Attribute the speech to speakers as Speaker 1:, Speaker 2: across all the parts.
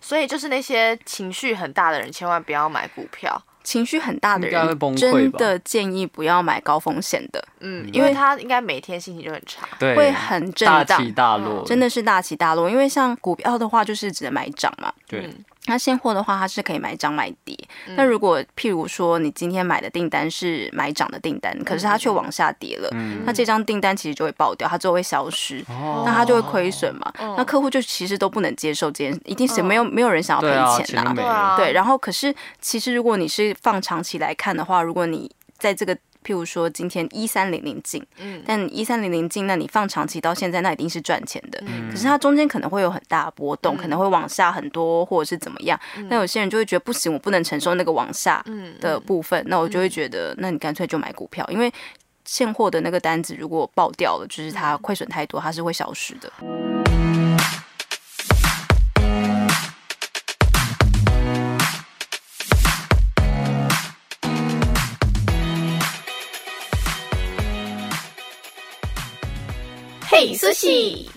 Speaker 1: 所以就是那些情绪很大的人，千万不要买股票。
Speaker 2: 情绪很大的
Speaker 3: 应该会
Speaker 2: 人
Speaker 3: 崩溃
Speaker 2: 真
Speaker 3: 吧
Speaker 2: 的建议不要买高风险的，
Speaker 1: 嗯，
Speaker 2: 因
Speaker 1: 因
Speaker 2: 为
Speaker 1: 为他应该每天心情就很差。
Speaker 3: 对，
Speaker 2: 会很震
Speaker 3: 大
Speaker 2: 荡
Speaker 3: 起大落，
Speaker 2: 真的是大起大落。因为像股票的话，就是只能买涨嘛。
Speaker 3: 对
Speaker 1: 嗯
Speaker 2: 那现货的话，它是可以买涨买跌。那、如果譬如说你今天买的订单是买涨的订单，可是它却往下跌了，那这张订单其实就会爆掉，它就会消失，
Speaker 3: 嗯哦
Speaker 2: 那它就会亏损嘛。
Speaker 1: 嗯
Speaker 2: 那客户就其实都不能接受这件，一定是没有、没有人想要赔
Speaker 3: 哦对啊，
Speaker 2: 钱
Speaker 3: 钱
Speaker 2: 啦、
Speaker 3: 都没
Speaker 1: 对
Speaker 3: 了，
Speaker 1: 啊，
Speaker 2: 对，然后可是其实如果你是放长期来看的话，如果你在这个譬如说今天一三零零进，
Speaker 1: 嗯
Speaker 2: 但一三零零进，那你放长期到现在，那一定是赚钱
Speaker 1: 嗯
Speaker 2: 的。可是它中间可能会有很大的波动，可能会往下很多，或者是怎么样。那有些人就会觉得不行，我不能承受那个往下
Speaker 1: 嗯
Speaker 2: 的部分，那我就会觉得，那你干脆就买股票，因为。现货的那个单子如果爆掉了，就是它亏损太多，它是会消失的。
Speaker 1: 嘿，苏西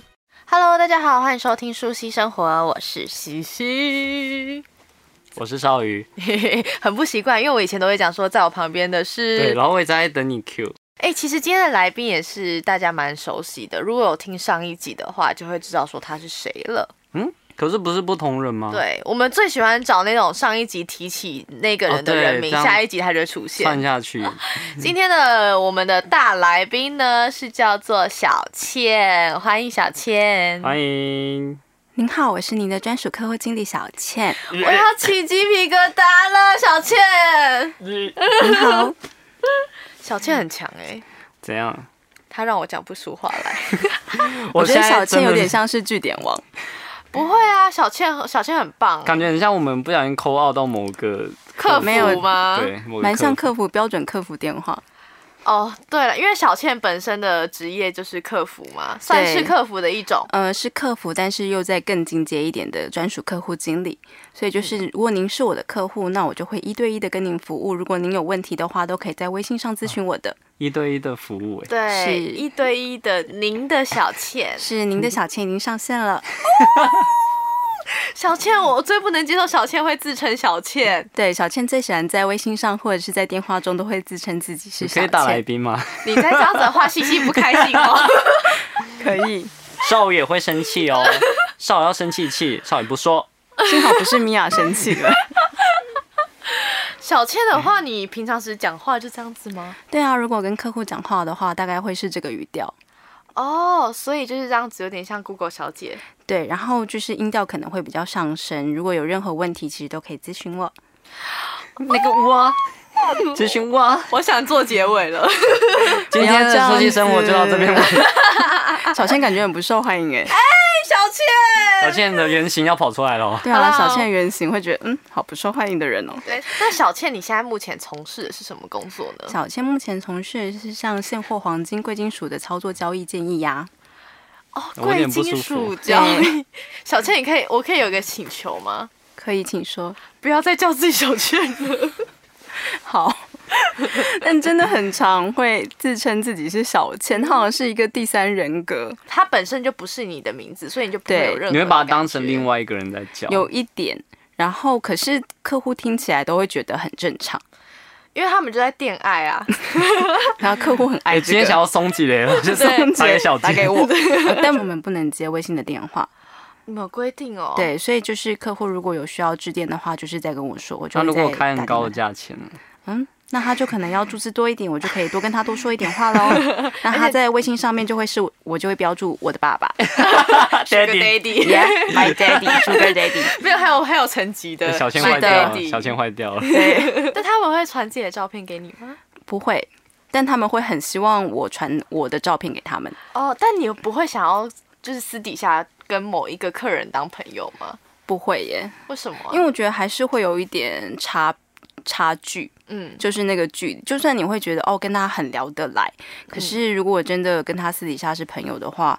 Speaker 1: ，Hello，大家好，欢迎收听《舒西生活》，我是西西。
Speaker 3: 我是少宇，
Speaker 1: 嘿嘿嘿很不习惯，因为我以前都会讲说，在我旁边的
Speaker 3: 对，
Speaker 1: 是
Speaker 3: 然后我也在等你 Q，
Speaker 1: 哎、其实今天的来宾也是大家蛮熟悉的，如果有听上一集的话，就会知道说他是谁了。
Speaker 3: 嗯，可是不是不同人吗？，
Speaker 1: 对我们最喜欢找那种上一集提起那个人的
Speaker 3: 哦对
Speaker 1: 人名，
Speaker 3: 这样
Speaker 1: 下一集他就会出
Speaker 3: 算
Speaker 1: 现。
Speaker 3: 下去，
Speaker 2: 嗯
Speaker 1: 今天的我们的大来宾呢是叫做小倩，欢迎小倩。
Speaker 3: 欢迎，
Speaker 2: 您好，我是您的专属客户经理小 倩。
Speaker 1: 我要起鸡皮疙瘩了，小倩。
Speaker 2: 您好，
Speaker 1: 小倩很强哎、
Speaker 3: 怎样？
Speaker 1: 她让我讲不出话来。
Speaker 2: 我觉得
Speaker 3: 现在
Speaker 2: 小倩
Speaker 3: 真的
Speaker 2: 有点像是据点王。
Speaker 1: 不会啊，小倩小倩很棒。
Speaker 3: 感觉很像我们不小心扣二到某个
Speaker 1: 客
Speaker 2: 没有
Speaker 1: 服吗？
Speaker 3: 对，某个
Speaker 2: 蛮像
Speaker 3: 客
Speaker 2: 客服标准客服电话，
Speaker 1: 哦，对了，因为小倩本身的职业就是客服嘛，算是客服的一种。
Speaker 2: 呃，是客服，但是又在更进阶一点的专属客户经理。所以就是，
Speaker 3: 嗯
Speaker 2: 如果您是我的客户，那我就会一对一的跟您服务。如果您有问题的话，都可以在微信上咨询我的。
Speaker 3: 一对一的服务、欸，
Speaker 1: 对，
Speaker 2: 是
Speaker 1: 一对一的，您的小倩，
Speaker 2: 是您
Speaker 3: 嗯
Speaker 2: 的小倩已经上线了，
Speaker 1: 小倩，我最不能接受小倩会自称小倩，
Speaker 2: 对，小倩最喜欢在微信上或者是在电话中都会自称自己是
Speaker 3: 你
Speaker 2: 小
Speaker 3: 可以打来
Speaker 2: 倩，
Speaker 3: 宾吗？
Speaker 1: 你再这样子的 话，西西不开心哦。
Speaker 2: 可以。
Speaker 3: 少爷会生气哦，少爷要生气气，少爷不说。
Speaker 2: 幸好不是米娅生气了。
Speaker 1: 小倩的话，你平常时讲话就这样子吗？
Speaker 2: 对啊，如果跟客户讲话的话，大概会是这个语调。
Speaker 1: 哦，所以就是这样子，有点像 Google 小姐。
Speaker 2: 对，然后就是音调可能会比较上升。如果有任何问题，其实都可以咨询我。
Speaker 3: 那个我， 咨询我，
Speaker 1: 哦我想做结尾 了，
Speaker 3: 今天的实习生活就到这边了。
Speaker 2: 小倩感觉很不受欢迎哎。
Speaker 1: 小倩。
Speaker 3: 小倩的原型要跑出来了 哦，
Speaker 2: 对啊，
Speaker 1: 好啦
Speaker 2: 小倩原型会觉得，嗯，好不受欢迎的人哦。
Speaker 1: 对，那小倩，你现在目前从事的是什么工作呢？
Speaker 2: 小倩目前从事的是像现货、黄金、贵金属的操作交易建议呀、
Speaker 1: 哦，
Speaker 3: 我有
Speaker 1: 贵
Speaker 3: 点不
Speaker 1: 金
Speaker 3: 舒服
Speaker 1: 属交易。 小倩，你可以，我可以有一个请求吗？
Speaker 2: 可以，请说。
Speaker 1: 不要再叫自己小倩了。
Speaker 2: 好， 但真的很常会自称自己是小倩，她好像是一个第三人格，
Speaker 1: 它本身就不是你的名字，所以你就不会有
Speaker 2: 对
Speaker 1: 任何。
Speaker 3: 你会把它当成另。外一个人在叫。
Speaker 2: 有一点。然后，可是客户听起来都会觉得很正常，
Speaker 1: 因为他们就在恋爱啊，
Speaker 2: 然后客户很
Speaker 3: 哎、
Speaker 2: 爱、这个。
Speaker 3: 今天想要松几嘞， 我就松
Speaker 2: 对
Speaker 3: 打给小
Speaker 2: 打
Speaker 3: 姐。
Speaker 2: 给我， 但我们不能接微信的电话。
Speaker 1: 你们有规定哦。，
Speaker 2: 对，所以就是客户如果有需要致电的话，就是再跟我说，我就
Speaker 3: 那
Speaker 2: 会
Speaker 3: 如果我
Speaker 2: 再
Speaker 3: 开
Speaker 2: 打
Speaker 3: 很
Speaker 2: 电
Speaker 3: 高
Speaker 2: 话
Speaker 3: 的价钱呢，
Speaker 2: 嗯，那他就可能要注资多一点，我就可以多跟他多说一点 话喽。那他在微信上面就会是我，我就会标注我的爸 爸
Speaker 1: 个 daddy，
Speaker 2: ，Yeah，my daddy，sugar daddy。
Speaker 1: 没有，还有还有层级的
Speaker 3: 小倩啊
Speaker 1: 是
Speaker 3: 坏掉了，
Speaker 1: daddy
Speaker 3: 小倩坏掉了。
Speaker 2: 对，
Speaker 1: 但他们会传自己的照片给你吗？
Speaker 2: 不会，但他们会很希望我传我的照片给他们。
Speaker 1: 哦，但你又不会想要就是私底下跟某一个客人当朋友吗？
Speaker 2: 不会耶，
Speaker 1: 为什么啊？
Speaker 2: 因为我觉得还是会有一点差差距，
Speaker 1: 嗯，
Speaker 2: 就是那个距离。就算你会觉得哦跟他很聊得来，
Speaker 3: 嗯
Speaker 2: 可是如果我真的跟他私底下是朋友的话，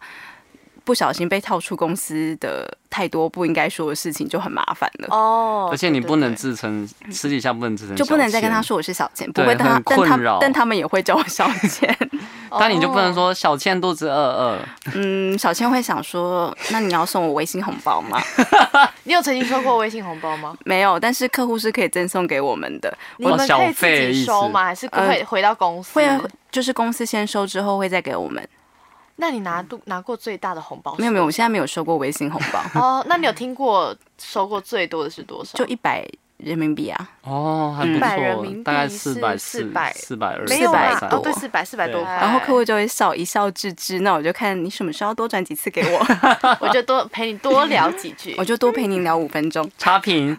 Speaker 2: 不小心被套出公司的太多不应该说的事情，就很麻烦了。
Speaker 1: 哦，
Speaker 3: 而且你
Speaker 1: 对
Speaker 3: 不能
Speaker 1: 对
Speaker 3: 自称，私底下不能自称，
Speaker 2: 就不能再跟他。说我是小倩，不会，
Speaker 3: 对
Speaker 2: 但他
Speaker 3: 很困
Speaker 2: 但
Speaker 3: 扰
Speaker 2: 他 但他们也会叫我小倩，
Speaker 3: 但你就不能
Speaker 1: 哦
Speaker 3: 说小倩肚子饿饿，
Speaker 2: 嗯，小倩会想说，那你要送我微信红包吗？
Speaker 1: 你有曾经收过微信红包吗？
Speaker 3: 哦
Speaker 2: 没有，但是客户是可以赠送给我们的，
Speaker 1: 你们
Speaker 3: 小
Speaker 1: 可以自
Speaker 3: 费的意
Speaker 1: 己
Speaker 3: 思
Speaker 1: 收吗？还是呃会啊回到公司？
Speaker 2: 会
Speaker 3: 嗯
Speaker 2: 就是公司先收之后会再给我们。
Speaker 1: 那你拿度拿过最大的红包是
Speaker 2: 没有没有，我现在没有收过微信红包，
Speaker 1: 哦，那你有听过收过最多的是多少？
Speaker 2: 就一百人民币啊。
Speaker 3: 哦，还不
Speaker 1: 100人民币
Speaker 3: 错，大概
Speaker 1: 是
Speaker 3: 四百
Speaker 1: 400
Speaker 3: 四百二，
Speaker 1: 没有
Speaker 2: 400
Speaker 1: 啦
Speaker 3: 430
Speaker 1: 哦，对，四百四百多
Speaker 3: 对
Speaker 1: 块。
Speaker 2: 然后客户就会笑一笑置之，那我就看你什么时候多转几次给我，
Speaker 1: 我就多陪你多聊 几句
Speaker 2: 我。就多陪你聊五分钟。
Speaker 3: 差评，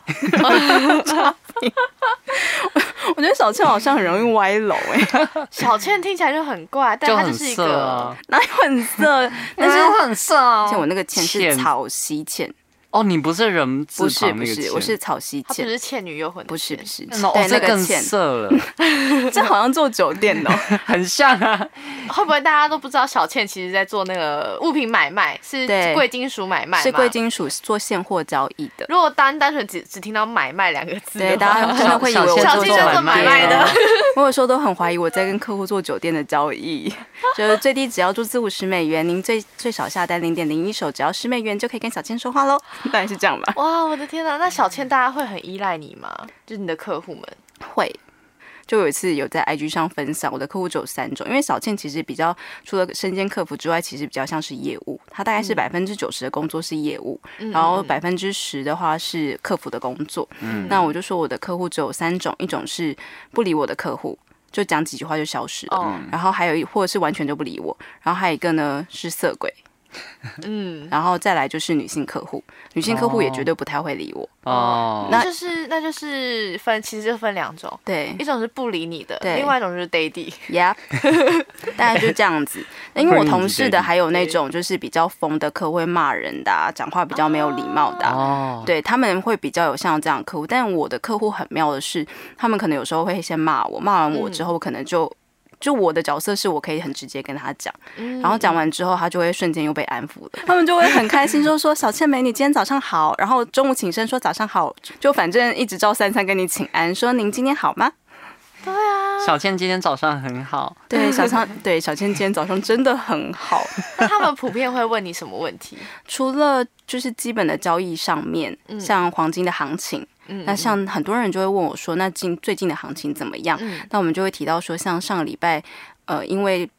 Speaker 2: 我觉得小倩好像很容易歪楼哎、
Speaker 1: 小倩听起来就很怪，但
Speaker 3: 就
Speaker 1: 她就
Speaker 3: 很
Speaker 1: 是一
Speaker 3: 色
Speaker 1: 个
Speaker 3: 啊，
Speaker 2: 哪有很色？但是
Speaker 3: 很色啊
Speaker 1: 哦
Speaker 2: 而且我那个倩是
Speaker 3: 倩
Speaker 2: 草席倩，
Speaker 3: 哦，你不是人字
Speaker 2: 不是
Speaker 3: 旁
Speaker 2: 不
Speaker 3: 那个
Speaker 2: 是，
Speaker 3: 倩
Speaker 2: 我是草席
Speaker 1: 她不
Speaker 2: 倩，
Speaker 1: 是倩女幽魂的嗯
Speaker 2: 不是
Speaker 1: 倩，
Speaker 2: 不是，
Speaker 3: 哦，
Speaker 2: 对那
Speaker 3: 这
Speaker 2: 个
Speaker 3: 更
Speaker 2: 倩，
Speaker 3: 色 了，
Speaker 2: 这好像做酒店哦。
Speaker 3: 很像啊，
Speaker 1: 会不会大家都不知道小倩其实在做那个物品买卖，是
Speaker 2: 对
Speaker 1: 贵金属 买卖，
Speaker 2: 是贵。金属做现货交易的。
Speaker 1: 如果单单纯只只听到买卖两个字的话，
Speaker 2: 对，大家真的会以为我
Speaker 1: 小
Speaker 2: 做
Speaker 1: 倩就做买卖的
Speaker 3: 啊，
Speaker 2: 我有时候都很怀疑我在跟客户做酒店的交易，就是最低只要注资五十美元，您最最少下单零点零一手，只要十美元就可以跟小倩说话喽。当然是这样吧？
Speaker 1: 哇，我的天哪！那小倩大家会很依赖你吗？就是你的客户们，
Speaker 2: 会。就有一次有在 IG 上分享，我的客户只有三种，因为小倩其实比较除了身兼客服之外，其实比较像是业务，她大概是
Speaker 1: 嗯
Speaker 2: 百分之九十的工作是业务，嗯然后百分之十的话是客服的工作。那我就说我的客户只有三种，一种是不理我的客户，就讲几句话就消失了，
Speaker 1: 哦
Speaker 2: 然后还有一或者是完全就不理我，然后还有一个呢是色鬼，
Speaker 1: 嗯，
Speaker 2: 然后再来就是女性客户，女性客户也
Speaker 3: 哦
Speaker 2: 绝对不太会理我。
Speaker 3: 哦，
Speaker 1: 那就是那就是分，其实就分两种，
Speaker 2: 对
Speaker 1: 一种是不理你的，
Speaker 2: 嗯对
Speaker 1: 另外一种就是 daddy。
Speaker 2: ，Yeah，大概就这样子。因为我同事的还有那
Speaker 1: 对
Speaker 2: 种就是比较疯的客户，会骂人的、啊，讲话比较没有礼貌的啊、
Speaker 3: 哦，
Speaker 2: 对他们会比较有像这样的客户，但我的客户很妙的是，他们可能有时候会先骂我，骂完我之后，可能就、就我的角色是我可以很直接跟他讲，
Speaker 1: 嗯
Speaker 2: 然后讲完之后，他就会瞬间又被安抚了，他们就会很开心，就说小倩美，你今天早上好，然后中午请生说早上好，就反正一直照三三跟你请安，说您今天好吗？
Speaker 1: 对啊，
Speaker 3: 小倩今天早上很好，
Speaker 2: 对，小倩，对小倩今天早上真的 很好，
Speaker 1: 那他们普遍会问你什么问题？
Speaker 2: 除了就是基本的交易上面，像黄金的行情，
Speaker 1: 嗯
Speaker 2: 那像很多人就会问我说，那近最近的行情怎么样？
Speaker 1: 嗯
Speaker 2: 那我们就会提到说，像上个礼拜，呃，因为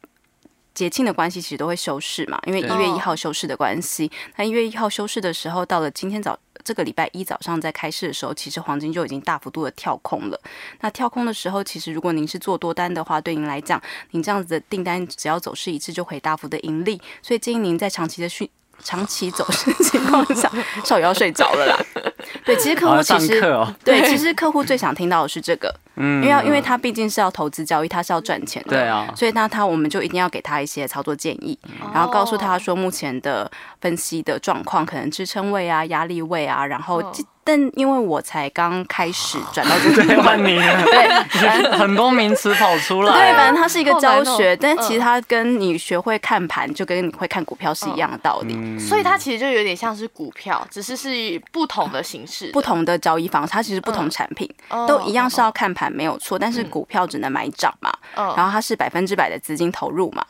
Speaker 2: 节庆的关系，其实都会休市嘛，因为一
Speaker 3: 对
Speaker 2: 月
Speaker 1: 哦
Speaker 2: 一号休市的关系。那一月一号休市的时候，到了今天早。这个礼拜一早上在开市的时候，其实黄金就已经大幅度的跳空了。那跳空的时候，其实如果您是做多单的话，对您来讲，您这样子的订单只要走势一致，就可以大幅的盈利。所以建议您在长期的训。长期走势的情况下，少爷要睡着了啦。 对，其实客
Speaker 3: 好
Speaker 2: 户
Speaker 3: 要
Speaker 2: 其
Speaker 3: 上
Speaker 2: 实
Speaker 3: 课哦，
Speaker 2: 对，其实客户最想听到的是这个，因
Speaker 3: 嗯
Speaker 2: 为要因为他毕竟是要投资交易，他是要赚钱的，
Speaker 3: 对 啊哦
Speaker 2: 所以那他我们就一定要给他一些操作建议，嗯
Speaker 1: 哦
Speaker 2: 然后告诉他说目前的分析的状况，可能支撑位啊、压力位啊，然后
Speaker 3: 哦
Speaker 1: 嗯
Speaker 2: 这但因为我才刚开 始转到这
Speaker 3: 对，
Speaker 2: 个。
Speaker 3: 换你了，对， 很多名词跑出来，
Speaker 2: 啊对，反正它是一个
Speaker 1: 好难
Speaker 2: 教
Speaker 1: 哦
Speaker 2: 学，但其实
Speaker 1: 嗯
Speaker 2: 它跟你学会看盘，就跟你会看股票是一样的道理。
Speaker 3: 嗯
Speaker 1: 所
Speaker 2: 嗯
Speaker 1: 以它其实就有点像是股票，只是是不同的形式的，
Speaker 2: 不同的交易方式，它其实不同产品、
Speaker 1: 哦
Speaker 2: 都一样是要看盘没有错，但是股票只能买涨嘛，
Speaker 1: 嗯
Speaker 2: 然后它是百分之百的资金投入嘛，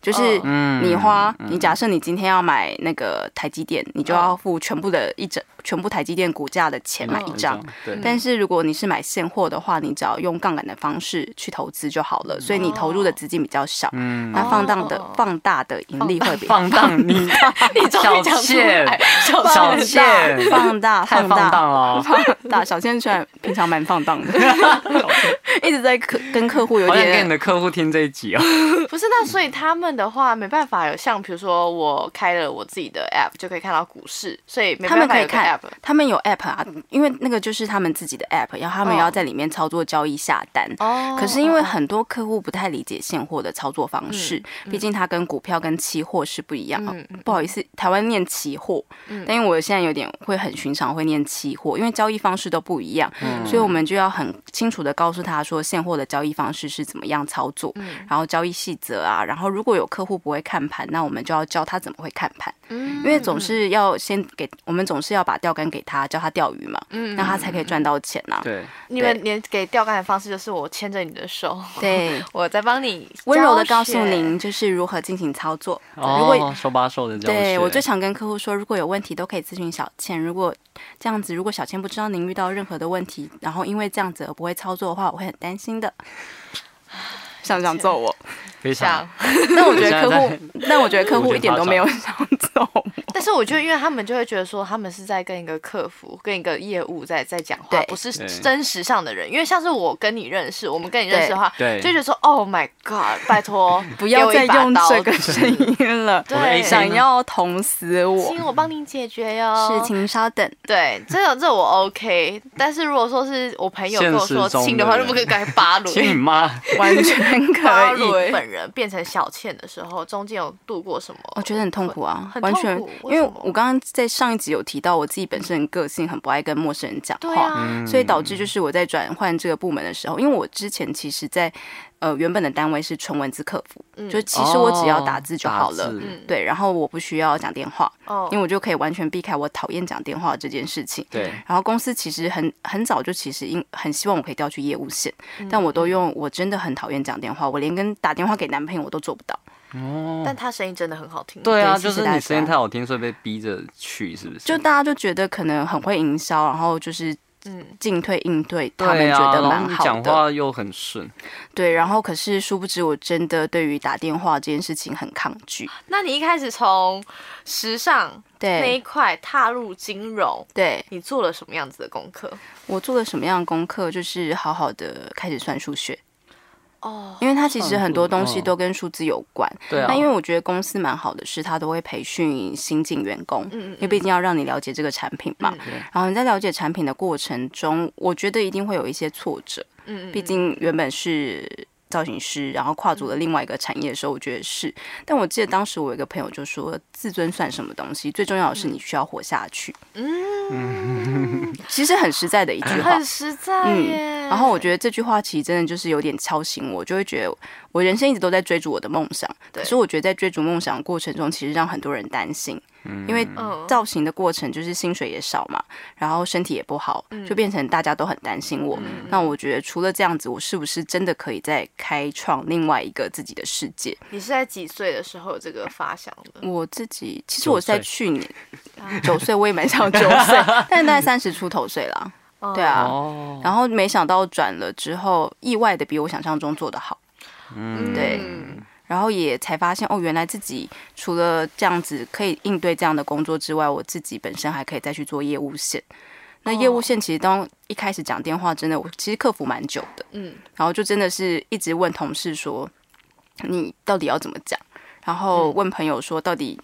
Speaker 2: 就是
Speaker 3: 嗯
Speaker 2: 你花，你假设你今天要买那个台积电，你
Speaker 1: 嗯
Speaker 2: 就要付全部的一整全部台积电股价的钱
Speaker 3: 嗯
Speaker 2: 买一张。，
Speaker 1: 嗯
Speaker 3: 对，
Speaker 2: 但是如果你是买现货的话，你只要用杠杆的方式去投资就好了，所以你投入的资金比较少，
Speaker 3: 嗯，
Speaker 2: 那放大的
Speaker 1: 哦
Speaker 2: 放大的盈利会比
Speaker 3: 放荡 你，
Speaker 1: 你终于
Speaker 3: 小
Speaker 1: 讲出
Speaker 3: 倩
Speaker 1: 来，，小
Speaker 3: 小
Speaker 1: 倩
Speaker 3: 倩，
Speaker 2: 放大
Speaker 3: 太
Speaker 2: 放
Speaker 3: 放
Speaker 2: 大
Speaker 3: 荡了，
Speaker 2: 大小倩虽然平常蛮放 荡的，一直在客跟客户有
Speaker 3: 好想给
Speaker 2: 点
Speaker 3: 你的客户听这一集哦。
Speaker 1: 不是，那所以他们的话没办法有像，比如说我开了我自己的 app 就可以看到股市，所以没
Speaker 2: 他
Speaker 1: 办
Speaker 2: 们
Speaker 1: 法
Speaker 2: 可
Speaker 1: 有
Speaker 2: 以
Speaker 1: 个
Speaker 2: 看
Speaker 1: app，，
Speaker 2: 他们有 app 啊，因为那个就是他们自己的 app，然后他们
Speaker 1: 哦
Speaker 2: 也要在里面操作交易下单。
Speaker 1: 哦
Speaker 2: 可是因为很多客户不太理解现货的操作方式，毕竟它跟股票跟期货是不一样。
Speaker 1: 嗯
Speaker 2: 哦不好意思，台湾念期货，但因为我现在有点会很寻常会念期货，因为交易方式都不一样，
Speaker 1: 嗯
Speaker 2: 所以我们就要很清楚的告诉他说现货的交易方式是怎么样操作，
Speaker 1: 嗯
Speaker 2: 然后交易细则啊，然后如果有客户
Speaker 1: 嗯
Speaker 2: 不会看盘，那我们就要教他怎么会看盘。因为总是要先给我们总是要把钓竿给他，叫他钓鱼嘛，
Speaker 1: 嗯
Speaker 2: 那他才可以赚到钱啊呐、
Speaker 3: 对，
Speaker 1: 你们连给钓竿的方式就是我牵着你的手，
Speaker 2: 对，
Speaker 1: 我在帮你
Speaker 2: 温柔的
Speaker 1: 教
Speaker 2: 告诉
Speaker 1: 学
Speaker 2: 您就是如何进行操作。如果
Speaker 3: 哦，手把手的教学，
Speaker 2: 对我最常跟客户说，如果有问题都可以咨询小倩。如果这样子，如果小倩不知道您遇到任何的问题，然后因为这样子而不会操作的话，我会很 担心的。想不想揍我？
Speaker 3: 非
Speaker 1: 这样
Speaker 3: 常，
Speaker 2: 但我觉得
Speaker 3: 现
Speaker 2: 客
Speaker 3: 在
Speaker 2: 户，但我觉得客
Speaker 3: 我觉
Speaker 2: 户
Speaker 3: 得
Speaker 2: 一点都
Speaker 3: 他
Speaker 2: 没有想揍 我。
Speaker 1: 但是我觉得，因为他们就会觉得说，他们是在跟一个客服、跟一个业务在在讲话
Speaker 2: 对，
Speaker 1: 不是
Speaker 3: 对
Speaker 1: 真实上的人。因为像是我跟你认识，我们跟你认识的话，
Speaker 3: 对对
Speaker 1: 就觉得说，Oh my God，拜托，
Speaker 2: 不要再用这
Speaker 1: 给我一把刀
Speaker 2: 个声音了，
Speaker 1: 我的 A
Speaker 2: 想
Speaker 3: 声呢
Speaker 2: 要捅死我。
Speaker 1: 亲，我帮你解决哟。
Speaker 2: 事情稍等，
Speaker 1: 对，这个这我 OK。但是如果说是我朋友跟我说
Speaker 3: 现实中的
Speaker 1: 亲的话，就
Speaker 3: 人
Speaker 1: 不可以改八轮。
Speaker 3: 亲你妈，
Speaker 2: 完全 可以。
Speaker 1: 以本人变成小倩的时候，中间有度过什么？
Speaker 2: 我觉得很痛苦啊，
Speaker 1: 很
Speaker 2: 完
Speaker 1: 痛苦为
Speaker 2: 全，因为
Speaker 1: 什么
Speaker 2: 我刚刚在上一集有提到，我自己本身的个性很不爱跟陌生人讲
Speaker 1: 对
Speaker 2: 话，
Speaker 1: 啊，
Speaker 3: 嗯
Speaker 2: 所以导致就是我在转换这个部门的时候，因为我之前其实在，呃原本的单位是纯文字客服，
Speaker 1: 嗯
Speaker 2: 就其实我只要打字就
Speaker 3: 哦
Speaker 2: 好了，
Speaker 3: 打字
Speaker 1: 嗯
Speaker 2: 对，然后我不需要讲电话，
Speaker 1: 哦
Speaker 2: 因为我就可以完全避开我讨厌讲电话这件事情。
Speaker 3: 对，
Speaker 2: 然后公司其实很很早就其实因很希望我可以调去业务线，
Speaker 1: 嗯
Speaker 2: 但我都用我真的很讨厌讲电话，我连跟打电话给男朋友我都做不到。
Speaker 1: 但她声音真的很好听。
Speaker 3: 对啊，
Speaker 2: 对谢
Speaker 3: 就
Speaker 2: 谢
Speaker 3: 是
Speaker 2: 大家
Speaker 3: 你声音太好听，所以被逼着去，是不是？
Speaker 2: 就大家就觉得可能很会营销，然后就是
Speaker 1: 嗯，
Speaker 2: 进退应对，
Speaker 3: 对
Speaker 2: 他们
Speaker 3: 啊
Speaker 2: 觉得
Speaker 3: 然
Speaker 2: 蛮
Speaker 3: 后你
Speaker 2: 好
Speaker 3: 讲
Speaker 2: 的。
Speaker 3: 话又很顺，
Speaker 2: 对，然后可是殊不知我真的对于打电话这件事情很抗拒。
Speaker 1: 那你一开始从时尚那一
Speaker 2: 对
Speaker 1: 块踏入金融，
Speaker 2: 对，
Speaker 1: 你做了什么样子的功课？
Speaker 2: 我做了什么样的功课？就是好好的开始算数学，
Speaker 1: 哦，
Speaker 2: 因为它其实
Speaker 3: 算
Speaker 2: 很多
Speaker 3: 数
Speaker 2: 东西
Speaker 3: 嗯
Speaker 2: 都跟数字有关。
Speaker 3: 对啊
Speaker 2: 那因为我觉得公司蛮好的是，它都会培训新进员工，
Speaker 1: 嗯嗯
Speaker 2: 因为毕竟要让你了解这个产品嘛。然后你在了解产品的过程中，我觉得一定会有一些挫折，
Speaker 1: 嗯
Speaker 2: 毕竟原本是。造型师，然后跨足
Speaker 1: 嗯
Speaker 2: 了另外一个产业的时候，我觉得是。但我记得当时我有一个朋友就说：“自尊算什么东西？最重要的
Speaker 1: 嗯
Speaker 2: 是你需要活下去。”嗯， 其实很实在的一句话
Speaker 1: 很。实在耶。
Speaker 2: 嗯然后我觉得这句话其实真的就是有点敲醒我，就会觉得我人生一直都在追逐我的梦想，
Speaker 1: 对
Speaker 2: 可是我觉得在追逐梦想的过程中，其实让很多人担心，因为
Speaker 1: 嗯
Speaker 2: 造型的过程就是薪水也少嘛，然后身体也不好，就变成大家都很担心我。那我觉得除了这样子，我是不是真的可以再开创另外一个自己的世界？
Speaker 1: 你是在几岁的时候有这个发想的？
Speaker 2: 我自己其实
Speaker 3: 九
Speaker 2: 我是在
Speaker 3: 岁
Speaker 2: 去年九岁，我也蛮想九岁，但是大概三十出头岁啦。对啊，
Speaker 3: 哦，
Speaker 2: 然后没想到转了之后，意外的比我想象中做得好，
Speaker 1: 嗯，
Speaker 2: 对然后也才发现哦，原来自己除了这样子可以应对这样的工作之外，我自己本身还可以再去做业务线。那业务线其实当一开始讲电话，真的我其实克服蛮久的，
Speaker 1: 嗯，
Speaker 2: 然后就真的是一直问同事说，你到底要怎么讲，然后问朋友说到底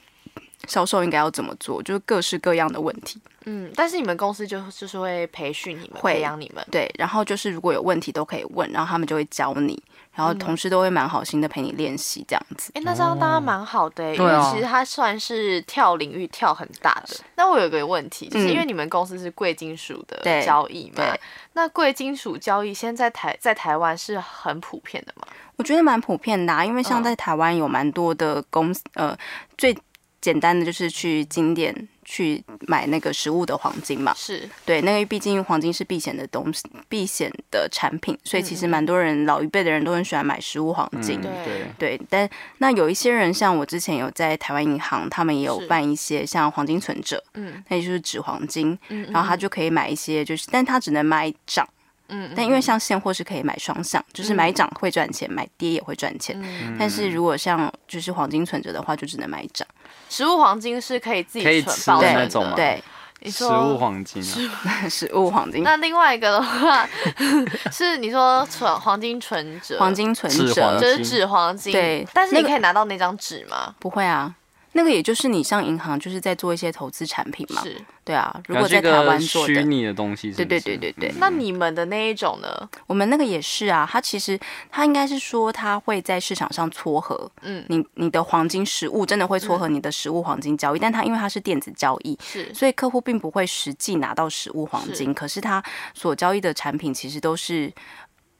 Speaker 2: 销售应该要怎么做，就是各式各样的问题。
Speaker 1: 嗯，但是你们公司就就是会培训你们，
Speaker 2: 会
Speaker 1: 培养你们。
Speaker 2: 对，然后就是如果有问题都可以问，然后他们就会教你，然后同事都会蛮好心的陪你练习这样子。
Speaker 1: 哎、那这样大家蛮好
Speaker 2: 哦
Speaker 1: 的、欸因
Speaker 3: 对
Speaker 1: 为
Speaker 3: 啊
Speaker 1: 其实它算是跳领域跳很大的。那我有个问题，就是因为你们公司是贵金属的
Speaker 2: 嗯对
Speaker 1: 交易嘛
Speaker 2: 对，
Speaker 1: 那贵金属交易现在台在台湾是很普遍的嘛？
Speaker 2: 我觉得蛮普遍的、啊，因为像
Speaker 1: 嗯
Speaker 2: 在台湾有蛮多的公司，呃，最简单的就是去景点去买那个食物的黄金嘛。
Speaker 1: 是，
Speaker 2: 对，那个毕竟黄金是避险的东西，避险的产品，所以其实蛮多人老一辈的人都很喜欢买食物黄金。
Speaker 3: 嗯
Speaker 1: 嗯对
Speaker 3: 对，
Speaker 2: 对，但那有一些人，像我之前有在台湾银行，他们也有
Speaker 1: 是
Speaker 2: 办一些像黄金存折，
Speaker 1: 嗯
Speaker 2: 那也就是纸黄金，
Speaker 1: 嗯，
Speaker 2: 然后他就可以买一些，就是，但他只能买一涨，
Speaker 1: 嗯，
Speaker 2: 但因为像现货是可以买双向，就是买涨会赚钱，买跌也会赚钱。
Speaker 1: 嗯
Speaker 2: 但是如果像就是黄金存折的话，就只能买涨。
Speaker 1: 食物黄金是可以自
Speaker 3: 可
Speaker 1: 己
Speaker 3: 以
Speaker 1: 存
Speaker 3: 吃
Speaker 1: 保
Speaker 3: 的
Speaker 1: 存
Speaker 2: 那
Speaker 1: 的
Speaker 3: 种嘛
Speaker 2: 对，
Speaker 1: 你
Speaker 3: 食
Speaker 1: 说
Speaker 3: 物黄金啊，
Speaker 2: 实物黄金、
Speaker 1: 那另外一个的话， 是你说存黄金存折，
Speaker 2: 黄金存
Speaker 3: 纸
Speaker 2: 折
Speaker 3: 黄
Speaker 1: 就是纸黄金，
Speaker 2: 对
Speaker 1: 但是
Speaker 2: 那
Speaker 1: 你
Speaker 2: 个
Speaker 1: 可以拿到那张纸吗？
Speaker 2: 不会啊。那个也就是你上银行就是在做一些投资产品嘛，
Speaker 1: 是。
Speaker 2: 对啊。如果
Speaker 3: 然后
Speaker 2: 在
Speaker 3: 这
Speaker 2: 台
Speaker 3: 个
Speaker 2: 湾做
Speaker 3: 虚
Speaker 2: 的，
Speaker 3: 拟的东西是不
Speaker 2: 对
Speaker 3: 是，嗯
Speaker 2: 对对对对，
Speaker 1: 那你们的那一种呢？
Speaker 2: 我们那个也是啊。它其实它应该是说它会在市场上撮合，
Speaker 1: 嗯
Speaker 2: 你你的黄金实物真的会撮合你的实物黄金交易，但它因为它是电子交易，
Speaker 1: 是
Speaker 2: 所以客户并不会实际拿到实物黄金，可是他所交易的产品其实都是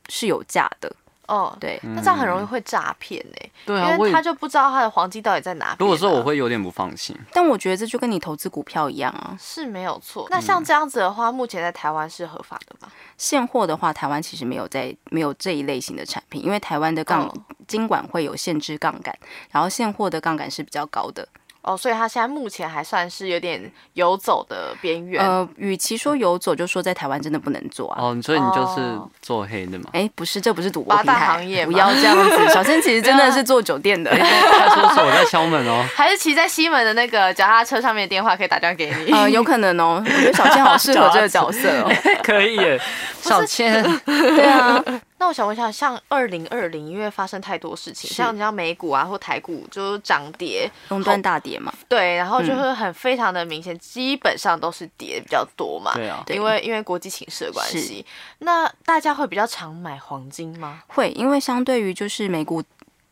Speaker 2: 是有价的，
Speaker 1: 哦，
Speaker 2: 对，
Speaker 1: 那这样很容易会诈骗呢，
Speaker 3: 对啊，
Speaker 1: 因
Speaker 3: 我
Speaker 1: 为
Speaker 3: 也
Speaker 1: 他就不知道他的黄金到底在哪边啊。
Speaker 3: 如果说我会有点不放心，
Speaker 2: 但我觉得这就跟你投资股票一样啊，
Speaker 1: 是没有
Speaker 3: 嗯
Speaker 1: 错，那像这样子的话，目前在台湾是合法的吗？
Speaker 2: 现货的话，台湾其实没有在没有这一类型的产品，因为台湾的杠、
Speaker 1: 哦
Speaker 3: 嗯
Speaker 2: 金管会有限制杠杆，然后现货的杠杆是比较高的。
Speaker 1: 哦，所以他现在目前还算是有点游走的边缘。
Speaker 2: 呃，与其说游走，就说在台湾真的不能做啊。
Speaker 3: 哦，所以你就是
Speaker 1: 哦
Speaker 3: 做黑的嘛？
Speaker 2: 哎、不是，这不是赌博平
Speaker 1: 八大
Speaker 2: 台
Speaker 1: 行业，嘛啊，
Speaker 2: 不要这样子。小生其实真的是做酒店的，
Speaker 3: 派出所在敲门 哦
Speaker 1: 还是骑在西门的那个脚踏车上面的电话可以打电话给你。
Speaker 2: 呃，有可能哦。我觉得小倩好适合这个角色哦。
Speaker 3: 可以耶，小倩，
Speaker 2: 对啊，
Speaker 1: 那我想问一下，像二零二零，因为发生太多事情，
Speaker 2: 是
Speaker 1: 像你像美股啊或台股就是涨跌，
Speaker 2: 终端大跌嘛，
Speaker 1: 对，然后就
Speaker 3: 嗯
Speaker 1: 会很非常的明显，基本上都是跌比较多嘛。
Speaker 3: 对啊，
Speaker 2: 对
Speaker 1: 因为因为国际情势的关系，那大家会比较常买黄金吗？
Speaker 2: 会因为相对于就是美股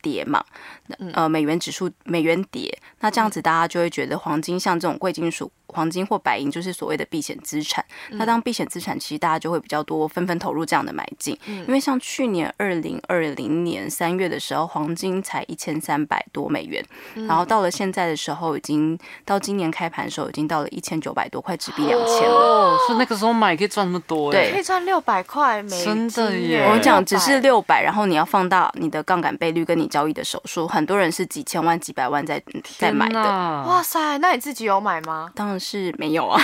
Speaker 2: 跌嘛，呃，美元指数美元跌，那这样子大家就会觉得黄金像这种贵金属，黄金或白银就是所谓的避险资产。那当避险资产，其实大家就会比较多纷纷投入这样的买进，因为像去年二零二零年三月的时候，黄金才一千三百多美元，然后到了现在的时候，已经到今年开盘的时候，已经到了一千九百多，快直逼两千了。
Speaker 3: 哦，所以那个时候买可以赚那么多耶，
Speaker 2: 对
Speaker 1: 可以赚六百块美
Speaker 3: 真的
Speaker 1: 金
Speaker 3: 耶
Speaker 1: 耶
Speaker 2: 我们讲只是
Speaker 1: 600
Speaker 2: 六百，然后你要放大你的杠杆倍率跟你交易的手数，很多人是几千万、几百万在嗯在买
Speaker 3: 天
Speaker 2: 的。
Speaker 3: 哪
Speaker 1: 哇塞，那你自己有买吗？
Speaker 2: 当然是没有 啊，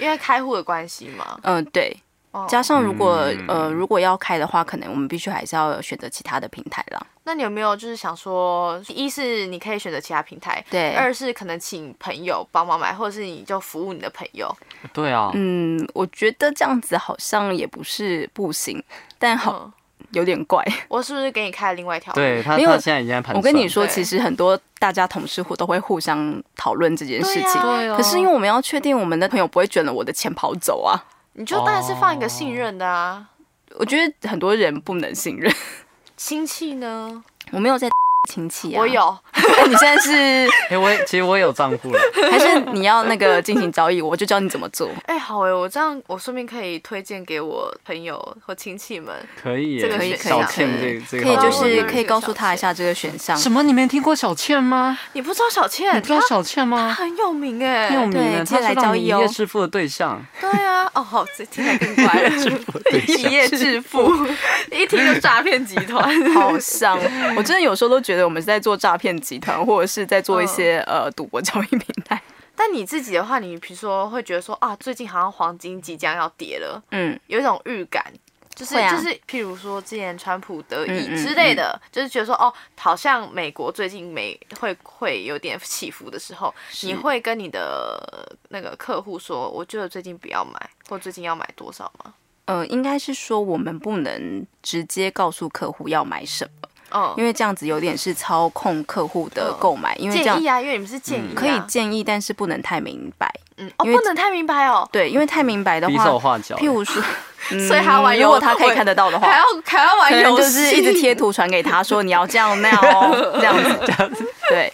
Speaker 1: 因为开户的关系嘛。
Speaker 2: 嗯、对，
Speaker 1: 哦，
Speaker 2: 加上如果、
Speaker 3: 嗯
Speaker 2: 呃如果要开的话，可能我们必须还是要选择其他的平台啦。
Speaker 1: 那你有没有就是想说，一是你可以选择其他平台，
Speaker 2: 对
Speaker 1: 二是可能请朋友帮忙买，或者是你就服务你的朋友。
Speaker 3: 对啊，
Speaker 2: 嗯，我觉得这样子好像也不是不行，但好
Speaker 1: 嗯，
Speaker 2: 有点怪。
Speaker 1: 我是不是给你开了另外一条？
Speaker 3: 对他
Speaker 2: 没有
Speaker 3: 他现在已经在盘算，
Speaker 2: 我跟你说，
Speaker 1: 对
Speaker 2: 其实很多大家同事互都会互相讨论这件
Speaker 1: 对
Speaker 2: 事
Speaker 1: 呀
Speaker 2: 情。
Speaker 3: 对啊
Speaker 2: 可是因为我们要确定我们的朋友不会卷了我的钱跑走啊，
Speaker 1: 你就当然是放一个信任的啊。
Speaker 2: 我觉得很多人不能信任。
Speaker 1: 亲戚呢？
Speaker 2: 我没有在 亲戚啊，
Speaker 1: 我。有，
Speaker 2: 哎，你现在是
Speaker 3: 哎，我也其实我也有账户了，
Speaker 2: 还是你要那个进行交易，我就教你怎么做。
Speaker 1: 哎、好哎、我这样我顺便可以推荐给我朋友或亲戚们。
Speaker 3: 可以耶，
Speaker 1: 这个
Speaker 2: 可以可以
Speaker 3: 小
Speaker 2: 啊，
Speaker 3: 倩
Speaker 2: 可
Speaker 3: 这
Speaker 2: 以
Speaker 3: 个这个
Speaker 2: 可以就
Speaker 1: 方
Speaker 2: 是
Speaker 1: 法
Speaker 2: 可以告诉他一下这个选项。
Speaker 3: 什么？你没听过小倩吗？
Speaker 1: 你不知道小
Speaker 3: 你
Speaker 1: 倩，
Speaker 3: 不知道
Speaker 1: 她
Speaker 3: 小倩吗？
Speaker 1: 很有名哎、
Speaker 3: 很有名
Speaker 2: 对
Speaker 3: 的，
Speaker 2: 借
Speaker 3: 她
Speaker 2: 来
Speaker 3: 是
Speaker 2: 交
Speaker 3: 让你
Speaker 2: 易
Speaker 3: 一
Speaker 2: 哦
Speaker 3: 夜致富的对 象，
Speaker 1: 对啊，哦，好，这听起来更 乖了，一夜致富，一听就诈骗集团。
Speaker 2: 好像，我真的有时候都觉得我们是在做诈骗集团，或者是在做一
Speaker 1: 嗯
Speaker 2: 些呃赌博交易平台。
Speaker 1: 但你自己的话，你比如说会觉得说啊，最近好像黄金即将要跌了，
Speaker 2: 嗯，
Speaker 1: 有一种预感。就是
Speaker 2: 会啊
Speaker 1: 就是，譬如说之前川普得
Speaker 2: 嗯
Speaker 1: 以
Speaker 2: 嗯
Speaker 1: 之类的，就是觉得说哦，好像美国最近美会会有点起伏的时候，你会跟你的那个客户说，我觉得最近不要买，或最近要买多少吗？
Speaker 2: 呃，应该是说我们不能直接告诉客户要买什么，
Speaker 1: 嗯，
Speaker 2: 因为这样子有点是操控客户的
Speaker 1: 嗯
Speaker 2: 购买，因为这样嗯
Speaker 1: 建议啊，因为你们是建议啊、
Speaker 2: 可以建议，但是不能太明白。
Speaker 1: 嗯，哦，
Speaker 2: 因为
Speaker 1: 不能太明白哦，
Speaker 2: 对，因为太明白的
Speaker 3: 比
Speaker 2: 话
Speaker 3: 手，画脚的。
Speaker 2: 譬如 说，嗯
Speaker 1: 所以他玩游
Speaker 2: 如果他可以
Speaker 1: 我
Speaker 2: 看得到的话，
Speaker 1: 还要还要玩
Speaker 2: 可能
Speaker 1: 游戏，
Speaker 2: 就是一直贴图传给他说你要这样那 样哦，这样子这样子。对，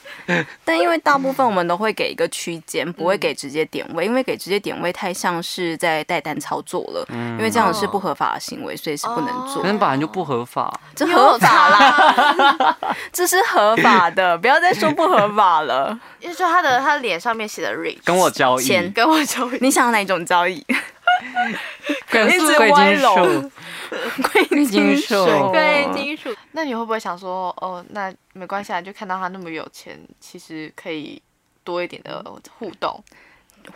Speaker 2: 但因为大部分我们都会给一个区间，不会给直接点位，因为给直接点位太像是在带单操作了，
Speaker 1: 嗯
Speaker 2: 因为这样是不合法的行为，所以是不能做
Speaker 1: 哦
Speaker 3: 可。能本来就不合法，
Speaker 2: 这
Speaker 1: 因为我
Speaker 2: 合法啦，
Speaker 1: 查啦，
Speaker 2: 这是合法的，不要再说不合 法了。
Speaker 1: 就是他的他的脸上面写的 rich，
Speaker 3: 跟我交易，
Speaker 2: 钱
Speaker 1: 跟我交易，
Speaker 2: 你想要哪一种 交易？
Speaker 3: 跟
Speaker 2: 一直
Speaker 3: 贵
Speaker 2: 歪
Speaker 3: 金
Speaker 2: 楼
Speaker 3: 属，
Speaker 2: 贵
Speaker 3: 金属
Speaker 1: 贵金属。那你会不会想说，哦，那没关系啊，就看到他那么有钱，其实可以多一点的互动。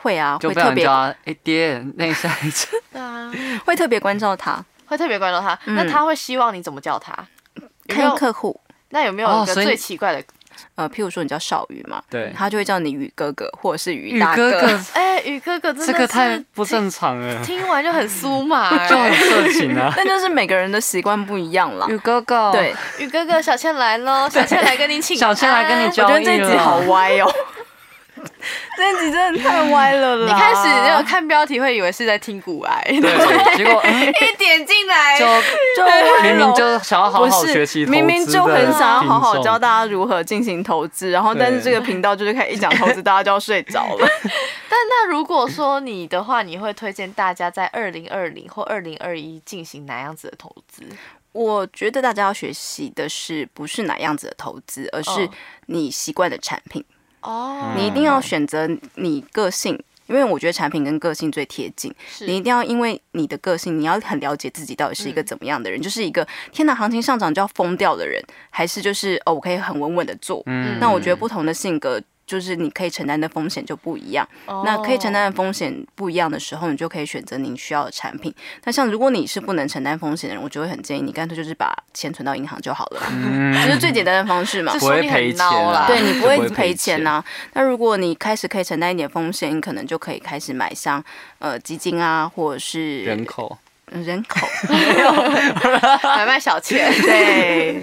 Speaker 2: 会啊，
Speaker 3: 就
Speaker 2: 会
Speaker 3: 被
Speaker 2: 特
Speaker 3: 人
Speaker 2: 别
Speaker 3: 家哎爹，那一下一次，
Speaker 1: 对啊，
Speaker 2: 会特别关照他，
Speaker 1: 会特别关注他。
Speaker 3: 嗯
Speaker 1: 那他会希望你怎么叫他？有没
Speaker 2: 看
Speaker 1: 有？
Speaker 2: 客户。
Speaker 1: 那有没有
Speaker 3: 哦
Speaker 1: 一个
Speaker 3: 所以
Speaker 1: 最奇怪的？
Speaker 2: 呃，譬如说你叫少宇嘛，
Speaker 3: 对
Speaker 2: 他就会叫你宇哥哥或者是宇
Speaker 3: 宇
Speaker 2: 大。
Speaker 3: 哥哥，
Speaker 1: 哎，宇哥哥真的
Speaker 3: 这个太
Speaker 1: 是
Speaker 3: 不正常了，
Speaker 1: 听完就很酥嘛、
Speaker 3: 就
Speaker 1: 哎
Speaker 3: 很色情 啊
Speaker 2: 但就是每个人的习惯不一样啦。
Speaker 3: 宇哥哥，
Speaker 2: 对，，
Speaker 1: 宇哥哥，小倩来喽，小倩来跟你请安，
Speaker 3: 小倩来跟你
Speaker 2: 我
Speaker 3: 交
Speaker 2: 觉
Speaker 3: 易了
Speaker 2: 得这一集好歪哦，这一集真的太 歪了 啦。
Speaker 1: 你开始那种看标题会以为是在听古癌，
Speaker 3: 对，结果 嗯
Speaker 1: 一点进来
Speaker 3: 就
Speaker 2: 就歪了
Speaker 3: 明明就想要好
Speaker 2: 不
Speaker 3: 好
Speaker 2: 是
Speaker 3: 学习投资的
Speaker 2: 明
Speaker 3: 听众，
Speaker 2: 明就很想要好好教大家如何进行投资，然后但是这
Speaker 3: 对
Speaker 2: 个频道就是看一讲投 资，大家就要睡着了。
Speaker 1: 但那如果说你的话，你会推荐大家在二零二零或二零二一进行哪样子的投资？
Speaker 2: 我觉得大家要学习的是不是哪样子的投资，而是
Speaker 1: 哦
Speaker 2: 你习惯的产品。
Speaker 1: 哦，
Speaker 2: 你一定要选择你个性，因为我觉得产品跟个性最贴近。
Speaker 1: 是嗯
Speaker 2: 你一定要因为你的个性，你要很了解自己到底是一个怎么样的人，就是一个天哪，行情上涨就要疯掉的人，还是就是哦，我可以很稳稳的做。
Speaker 3: 嗯
Speaker 2: 那我觉得不同的性格。就是你可以承担的风险就不一样，
Speaker 1: 哦
Speaker 2: 那可以承担的风险不一样的时候，你就可以选择你需要的产品。那像如果你是不能承担风险的人，我就会很建议你干脆就是把钱存到银行就好了，
Speaker 1: 嗯
Speaker 2: 这、是最简单的方 式嘛
Speaker 1: 这。
Speaker 3: 不
Speaker 1: 说
Speaker 3: 会
Speaker 1: 你很
Speaker 3: 赔钱
Speaker 1: 孬
Speaker 3: 啦
Speaker 1: 啦，
Speaker 2: 对你不
Speaker 3: 啊不
Speaker 2: 会
Speaker 3: 会
Speaker 2: 赔
Speaker 3: 赔
Speaker 2: 钱
Speaker 3: 钱啊
Speaker 2: 呐、那如果你开始可以承担一点风险，你可能就可以开始买像呃基金啊，或者是嗯
Speaker 3: 人口
Speaker 2: 人口
Speaker 1: 买卖小嗯妾，
Speaker 2: 啊 对。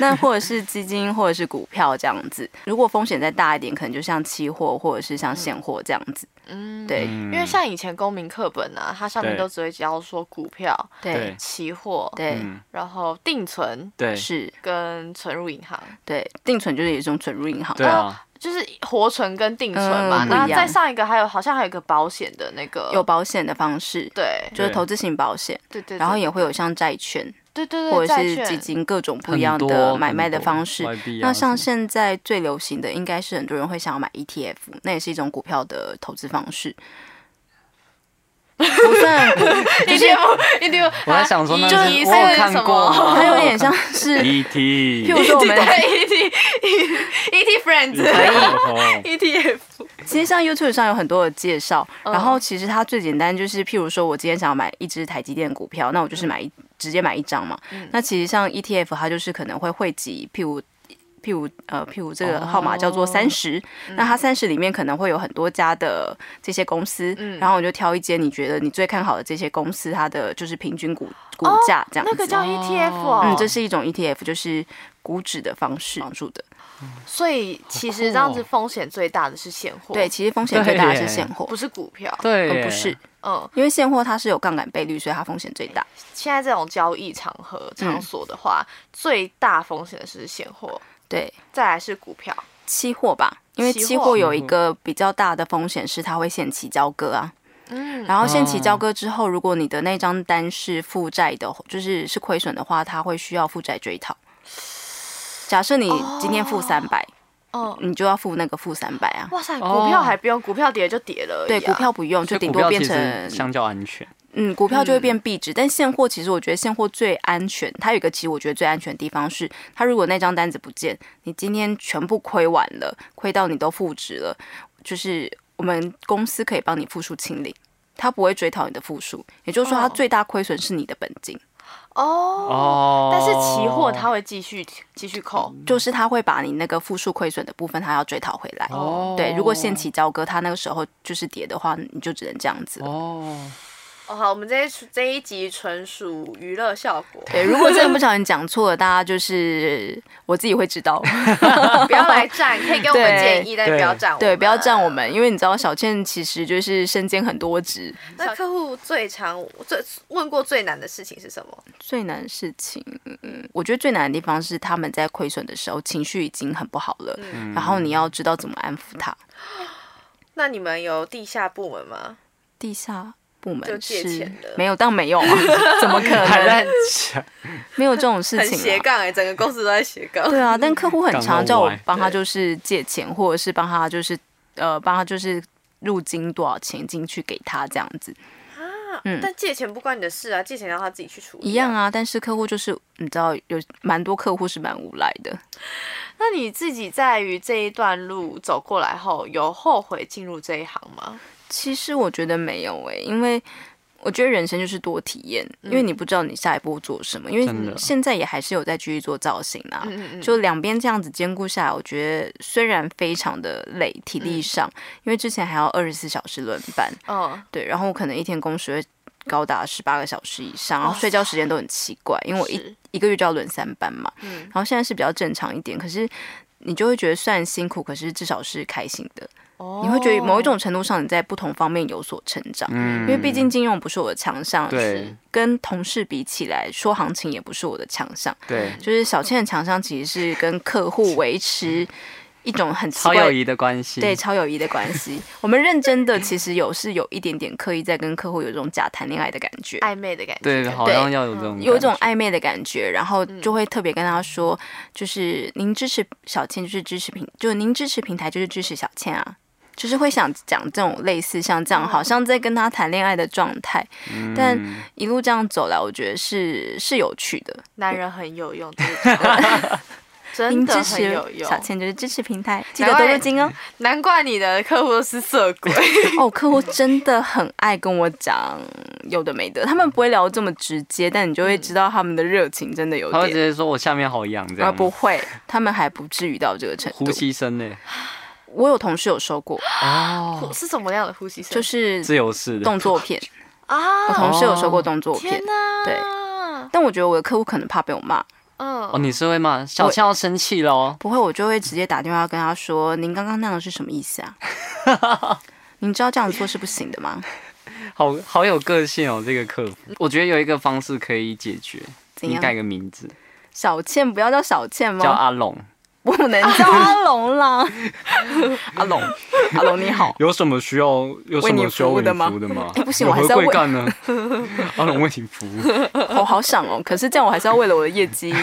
Speaker 2: 那或者是基金，或者是股票这样子。如果风险再大一点，可能就像期货或者是像现货这样子。
Speaker 1: 嗯，
Speaker 2: 对、
Speaker 1: 因为像以前公民课本啊，它上面
Speaker 3: 对
Speaker 1: 都只会教说股票、
Speaker 2: 对
Speaker 1: 期货，
Speaker 2: 对、
Speaker 3: 嗯
Speaker 1: 然后定存
Speaker 3: 对
Speaker 2: 是，
Speaker 1: 跟存入银行，
Speaker 2: 对，定存就是也是用存入银行。
Speaker 3: 对啊，
Speaker 1: 就是活存跟定存嘛。
Speaker 2: 嗯
Speaker 1: 那
Speaker 2: 不一样
Speaker 1: 再上一个还有好像还有一个保险的那个，
Speaker 2: 有保险的方式，
Speaker 1: 对
Speaker 2: 就是投资型保险，
Speaker 1: 对对，
Speaker 2: 然后
Speaker 1: 对
Speaker 2: 也会有像债券
Speaker 1: 对对对，
Speaker 2: 或者
Speaker 1: 债
Speaker 2: 是
Speaker 1: 券
Speaker 2: 基金各种不
Speaker 3: 很
Speaker 2: 一样的
Speaker 3: 多
Speaker 2: 买
Speaker 3: 很
Speaker 2: 卖的
Speaker 3: 多
Speaker 2: 方式。
Speaker 3: YB 啊
Speaker 2: 那像
Speaker 3: 什
Speaker 2: 现在最流行的应该是很多人会想要买 ETF，那也是一种股票的投资方 式，不算股，
Speaker 1: 一定不一定不，
Speaker 3: 么我在想说，那
Speaker 1: 就是是
Speaker 3: 我有看 过，
Speaker 2: 它有点像是，
Speaker 3: E
Speaker 2: 譬如
Speaker 3: ET，
Speaker 2: 说我们
Speaker 1: 对，E ET ET E Friends E
Speaker 3: 可
Speaker 1: ETF，
Speaker 2: 其实像 YouTube 上有很多的介绍，
Speaker 1: 嗯
Speaker 2: 然后其实它最简单就是，譬如说我今天想要买一只台积电股票，那我
Speaker 1: 嗯
Speaker 2: 就是买一直接买一张嘛。那其实像 ETF，它就是可能会汇集，譬如。譬如呃，譬如这
Speaker 1: 哦
Speaker 2: 个号码叫做三十、
Speaker 1: 嗯
Speaker 2: 那它三十里面可能会有很多家的这些公司，
Speaker 1: 嗯
Speaker 2: 然后我就挑一间你觉得你最看好的这些公司，它的就是平均股股价这样子。
Speaker 1: 哦那个叫 ETF 哦，
Speaker 2: 嗯，这是一种 ETF，就是股指的方式帮助的。
Speaker 1: 所以其实
Speaker 3: 好酷哦
Speaker 1: 这样子风险最大的是现货，
Speaker 2: 对，，其实风险最大的是
Speaker 3: 对耶
Speaker 2: 现货
Speaker 1: 不，是股票，
Speaker 3: 对
Speaker 2: 嗯
Speaker 3: 耶，
Speaker 2: 不是，
Speaker 1: 嗯，
Speaker 2: 因为现货它是有杠杆倍率，所以它风险最大。
Speaker 1: 现在这种交易场合场所的话，最大风险的是现货，
Speaker 2: 对，
Speaker 1: 再来是股票，
Speaker 2: 期货吧，因为
Speaker 1: 期货
Speaker 2: 期
Speaker 3: 嗯
Speaker 2: 货有一个比较大的风险是它会限期交割啊。
Speaker 1: 嗯，
Speaker 2: 然后限期
Speaker 3: 哦
Speaker 2: 交割之后，如果你的那张单是负债的，就是是亏损的话，它会需要负债追讨。假设你今天负三百，
Speaker 1: 嗯，
Speaker 2: 你就要付那个负三百啊。
Speaker 1: 哇塞，
Speaker 3: 哦
Speaker 1: 股票还不用，股票跌就跌了而已啊、
Speaker 2: 对，股票不用，就
Speaker 3: 所以
Speaker 2: 顶
Speaker 3: 股
Speaker 2: 多
Speaker 3: 票
Speaker 2: 变
Speaker 3: 其实
Speaker 2: 成
Speaker 3: 相较安全，
Speaker 2: 嗯，股票就会变币值。但现货其实我觉得现货最安全，它有一个其实我觉得最安全的地方是，它如果那张单子不见，你今天全部亏完了，亏到你都负值了，就是我们公司可以帮你复数清零。它不会追讨你的负数，也就是说，它
Speaker 1: 哦
Speaker 2: 最大亏损是你的本金，
Speaker 1: 哦。
Speaker 3: 哦，
Speaker 1: 但是期货它会继续继续扣，
Speaker 2: 就是它会把你那个负数亏损的部分，它要追讨回来。
Speaker 3: 哦
Speaker 2: 对，如果限期交割，它那个时候就是跌的话，你就只能这样子了。
Speaker 3: 哦，
Speaker 1: 哦，好，我们这一这一集纯属娱乐效果，
Speaker 2: 对，如果真的不小心讲错了，大家就是我自己会知道。
Speaker 1: 不要来站，可以给我们
Speaker 2: 对
Speaker 1: 建议，但是不要站我
Speaker 2: 对，不要占我
Speaker 1: 们。
Speaker 2: 们，因为你知道小倩其实就是身兼很多职。
Speaker 1: 那客户最常最问过最难的事情是什么？
Speaker 2: 最难的事情，嗯我觉得最难的地方是他们在亏损的时候情绪已经很不好了，嗯然
Speaker 3: 嗯
Speaker 2: 后
Speaker 1: 嗯
Speaker 2: 你要知道怎么安抚他。
Speaker 1: 那你们有地下部门吗？
Speaker 2: 地下部
Speaker 1: 就
Speaker 2: 门
Speaker 1: 借
Speaker 2: 是
Speaker 1: 钱的
Speaker 2: 没有，当然没 有啊，怎么可
Speaker 3: 还
Speaker 2: 能
Speaker 3: 在想
Speaker 2: 没有这种事
Speaker 1: 很
Speaker 2: 情、
Speaker 1: 斜
Speaker 2: 啊？
Speaker 1: 杠哎、整个公司都在斜杠。
Speaker 2: 对啊，但客户很
Speaker 3: 杠
Speaker 2: 常
Speaker 3: 到
Speaker 2: 叫我
Speaker 3: 歪
Speaker 2: 帮他就是借钱，或者是帮他就是呃帮他就是入金多少钱进去给他这样子。嗯
Speaker 1: 但借钱不关你的事啊，借钱让他自己去处理。
Speaker 2: 一样
Speaker 1: 啊。
Speaker 2: 啊，但是客户就是你知道有蛮多客户是蛮无赖的，
Speaker 1: 那你自己在于这一段路走过来后，有后悔进入这一行吗？
Speaker 2: 其实我觉得没有诶、因为我觉得人生就是多体验，因
Speaker 1: 嗯
Speaker 2: 为你不知道你下一步做什么，因
Speaker 3: 真
Speaker 2: 为
Speaker 3: 的
Speaker 2: 现在也还是有在继续做造型啦、
Speaker 1: 嗯嗯嗯
Speaker 2: 就两边这样子兼顾下来，我觉得虽然非常的累，体力上，因为之前还要二十四小时轮班，
Speaker 1: 嗯，
Speaker 2: 对，然后我可能一天工时会高达十八个小时以上，然后
Speaker 1: 哇
Speaker 2: 睡觉时间都很奇怪，因为我一
Speaker 1: 是
Speaker 2: 一个月就要轮三班嘛，
Speaker 1: 嗯
Speaker 2: 然后现在是比较正常一点，可是你就会觉得虽然辛苦，可是至少是开心的，你会觉得
Speaker 1: 哦
Speaker 2: 某一种程度上你在不同方面有所成长，
Speaker 3: 嗯
Speaker 2: 因为毕竟金融不是我的强项，
Speaker 3: 对
Speaker 2: 跟同事比起来说行情也不是我的强项，
Speaker 3: 对
Speaker 2: 就是小倩的强项其实是跟客户维持。一种很奇
Speaker 3: 超
Speaker 2: 怪
Speaker 3: 友谊的关系。
Speaker 2: 对，超友谊的关系。我们认真的其实有是有一点点刻意在跟客户有这种假谈恋爱的感觉，
Speaker 1: 暧昧的感觉，
Speaker 3: 对，好像要有这种
Speaker 2: 嗯有一种
Speaker 3: 感觉
Speaker 2: 暧昧的感觉，然后
Speaker 1: 嗯
Speaker 2: 就会特别跟他说，就是您支持小倩，就是支持平，就是您支持平台，就是支持小倩啊，就是会想讲这种类似像这样，
Speaker 1: 嗯
Speaker 2: 好像在跟他谈恋爱的状态，
Speaker 3: 嗯
Speaker 2: 但一路这样走来，我觉得是是有趣的。
Speaker 1: 男人很有用，这一招 真
Speaker 2: 您支
Speaker 1: 的很
Speaker 2: 持
Speaker 1: 有用
Speaker 2: 小。倩，就是支持平台，记得
Speaker 1: 难
Speaker 2: 多
Speaker 1: 怪
Speaker 2: 入 金哦。
Speaker 1: 难怪你的客户都是色鬼，
Speaker 2: 哦，客户真的很爱跟我讲有的没的，他们不会聊得这么直接，但你就会
Speaker 1: 嗯
Speaker 2: 知道他们的热情真的有
Speaker 3: 他会直
Speaker 2: 点。
Speaker 3: 接说我下面好痒这
Speaker 2: 啊，
Speaker 3: 样。
Speaker 2: 不会，他们还不至于到这个程度
Speaker 3: 呼。吸声呢？
Speaker 2: 我有同事有收过，
Speaker 3: 哦，
Speaker 1: 是什么样的呼吸声？
Speaker 2: 就是是
Speaker 3: 自由式的。
Speaker 2: 动作片，我
Speaker 1: 啊，
Speaker 2: 同事有收过动作片
Speaker 1: 哦天，哪！
Speaker 2: 对，但我觉得我的客户可能怕被我骂，
Speaker 1: 嗯，
Speaker 3: 哦，你是会骂小倩要生气哦喽？
Speaker 2: 不会，我就会直接打电话跟他说：“您刚刚那样是什么意思啊？您知道这样做是不行的吗？
Speaker 3: 好好有个性哦，这个客服。我觉得有一个方式可以解决，
Speaker 2: 怎
Speaker 3: 你
Speaker 2: 样？
Speaker 3: 改个名字，
Speaker 2: 小倩不要叫小倩
Speaker 3: 叫
Speaker 2: 吗？
Speaker 3: 阿龙。
Speaker 2: 不能叫阿龙啦，阿龙，阿龙你好。”
Speaker 3: 有什么需要有
Speaker 2: 什么需要为你服务
Speaker 3: 的吗？
Speaker 2: 哎不行我还是要为有何贵
Speaker 3: 干呢？阿龙为你服务，
Speaker 2: 我好想哦，可是这样我还是要为了我的业绩。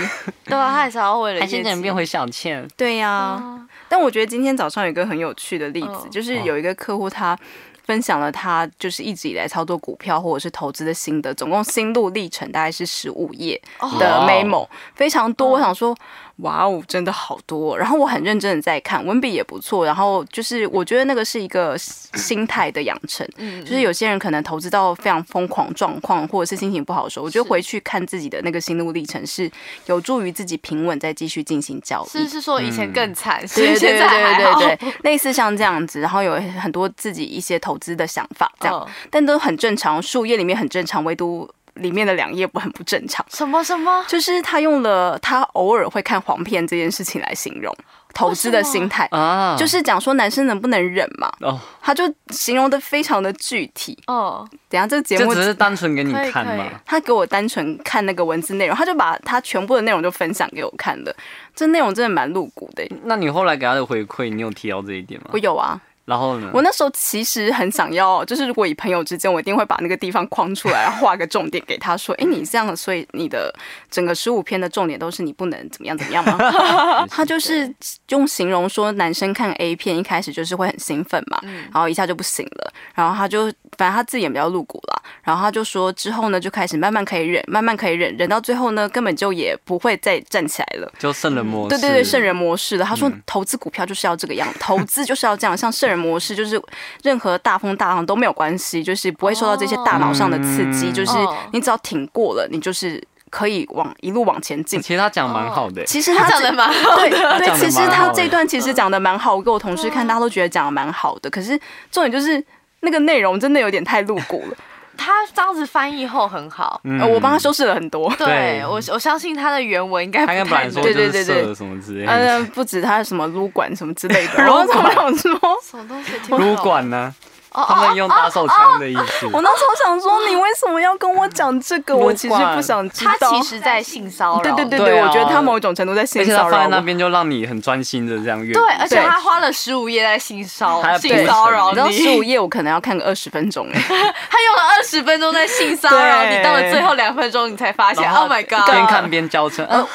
Speaker 1: 对啊，他还是要为了
Speaker 3: 还是
Speaker 1: 业
Speaker 3: 能
Speaker 1: 绩
Speaker 3: 变回小倩？
Speaker 2: 对呀、
Speaker 1: 啊
Speaker 2: 但我觉得今天早上有一个很有趣的例子，
Speaker 1: 嗯
Speaker 2: 就是有一个客户他分享了他就是一直以来操作股票或者是投资的心得，总共心路历程大概是十五页的
Speaker 3: 哇哦
Speaker 2: memo，非常
Speaker 1: 嗯
Speaker 2: 多。我想说，哇哦，真的好多。然后我很认真的在看，文笔也不错。然后就是我觉得那个是一个心态的养成，就是有些人可能投资到非常疯狂状况，或者是心情不好的时候，我觉得
Speaker 1: 是
Speaker 2: 回去看自己的那个心路历程，是有助于自己平稳再继续进行交易。
Speaker 1: 是是说以
Speaker 3: 嗯
Speaker 1: 前更 惨，所
Speaker 2: 对
Speaker 1: 以
Speaker 2: 对
Speaker 1: 现
Speaker 2: 对
Speaker 1: 在还好
Speaker 2: 对对，对，类似像这样子，然后有很多自己一些投资的想法， 这样，
Speaker 3: 哦
Speaker 1: 嗯
Speaker 2: 但都很正常。树叶里面很正常，唯独里面的两页不很不正常。
Speaker 1: 什么什么
Speaker 2: 就是他用了他偶尔会看黄片这件事情来形容
Speaker 1: 哦
Speaker 2: 投资的心态，
Speaker 1: 嗯
Speaker 3: 啊，
Speaker 2: 就是讲说男生能不能忍嘛，
Speaker 3: 哦，
Speaker 2: 他就形容的非常的具体。
Speaker 1: 哦，
Speaker 2: 等一下这个节
Speaker 3: 这
Speaker 2: 目
Speaker 3: 只是单纯给你
Speaker 1: 可以
Speaker 3: 看
Speaker 1: 可以
Speaker 3: 嘛。
Speaker 2: 他给我单纯看那个文字内容，他就把他全部的内容就分享给我看了，这内容真的蛮露骨的、欸
Speaker 1: 嗯
Speaker 3: 那你后来给他的回馈，你有提到这一点吗
Speaker 2: 我？有啊，
Speaker 3: 然后呢？
Speaker 2: 我那时候其实很想要，就是如果以朋友之间，我一定会把那个地方框出来，然后画个重点给他说：“哎、你这样，所以你的整个十五篇的重点都是你不能怎么样怎么样吗？” 他就是用形容说，男生看 A 片一开始就是会很兴奋嘛，然后一下就不行了，然后他就反正他自己也比较露骨啦，然后他就说之后呢，就开始慢慢可以忍，慢慢可以忍，忍到最后呢，根本就也不会再站起来了。
Speaker 3: 就圣人模式，嗯
Speaker 2: 对对对，圣人模式的。他说，投资股票就是要这个样，投资就是要这样，像圣人模式，就是任何大风大浪都没有关系，就是不会受到这些大脑上的刺激，
Speaker 3: 哦
Speaker 2: 就是
Speaker 1: 哦
Speaker 2: 你只要挺过了，你就是可以往一路往前进。
Speaker 3: 其实他讲蛮好的、
Speaker 2: 其实他
Speaker 1: 他讲
Speaker 2: 这
Speaker 1: 的嗯蛮好
Speaker 2: 对
Speaker 3: 嗯他
Speaker 2: 对，
Speaker 3: 讲得
Speaker 2: 其实
Speaker 3: 蛮好
Speaker 2: 他
Speaker 3: 的
Speaker 2: 这段其实讲的蛮好，我给我同事
Speaker 1: 嗯
Speaker 2: 看，大家都觉得讲的蛮好的。可是重点就是那个内容真的有点太露骨了，
Speaker 1: 他这样子翻译后很好。
Speaker 3: 嗯
Speaker 2: 呃我帮他修饰了很多。
Speaker 1: 对
Speaker 3: 对
Speaker 1: 我，我相信他的原文应该
Speaker 3: 他跟
Speaker 1: 不
Speaker 3: 本
Speaker 1: 太
Speaker 3: 来
Speaker 1: 能
Speaker 3: 说
Speaker 2: 对
Speaker 3: 就
Speaker 2: 对
Speaker 3: 是
Speaker 2: 对对
Speaker 3: 色什么之类的，
Speaker 2: 呃，不止他什么撸管什么之类 的，然后我怎么想说，
Speaker 1: 什么东西听不懂
Speaker 3: 撸管呢、
Speaker 1: 哦哦
Speaker 3: 他们用打手枪的意思。
Speaker 2: 我那时候想说，你为什么要跟我讲这个？我其实不想知
Speaker 1: 他
Speaker 2: 道。
Speaker 1: 其实在性骚扰，
Speaker 2: 对对对
Speaker 3: 对啊
Speaker 2: 我觉得他某一种程度在性
Speaker 3: 而且
Speaker 2: 骚
Speaker 3: 他放
Speaker 2: 扰
Speaker 3: 在那
Speaker 2: 我。
Speaker 3: 边就让你很专心的这样阅读，
Speaker 1: 对而且
Speaker 2: 对
Speaker 1: 他花了十五页在性骚
Speaker 3: 他还
Speaker 1: 性骚扰
Speaker 2: 你知道
Speaker 1: 你，
Speaker 2: 十五页我可能要看个二十分钟 哎，
Speaker 1: 他用了二十分钟在性骚扰
Speaker 2: 对
Speaker 1: 你，到了最后两分钟你才发现
Speaker 3: 然后
Speaker 1: ，Oh my
Speaker 3: 边
Speaker 1: god！
Speaker 3: 看边娇嗔，呃，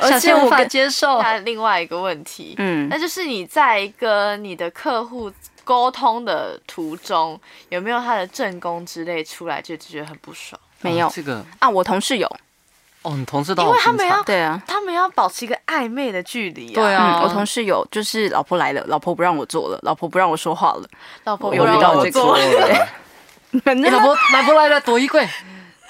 Speaker 2: 而且我跟
Speaker 3: 接受
Speaker 1: 那另外一个问题，
Speaker 2: 嗯
Speaker 1: 那就是你在跟你的客户沟通的途中，有没有他的正宫之类出来，就觉得很不爽？
Speaker 2: 没有
Speaker 3: 哦这个
Speaker 2: 啊，我同事有，
Speaker 3: 哦，你同事都好
Speaker 1: 因为他们
Speaker 3: 平常
Speaker 1: 要
Speaker 2: 对啊，
Speaker 1: 他们要保持一个暧昧的距离、啊。
Speaker 3: 对啊
Speaker 2: 嗯，我同事有，就是老婆来了，老婆不让我做了，老婆不让我说话了，
Speaker 1: 老婆
Speaker 2: 我
Speaker 1: 不
Speaker 3: 有
Speaker 1: 让
Speaker 3: 遇到
Speaker 1: 我
Speaker 3: 我
Speaker 1: 做
Speaker 3: 错，了，
Speaker 2: 反
Speaker 3: 你
Speaker 2: 正
Speaker 3: 老婆来不来了，躲衣柜。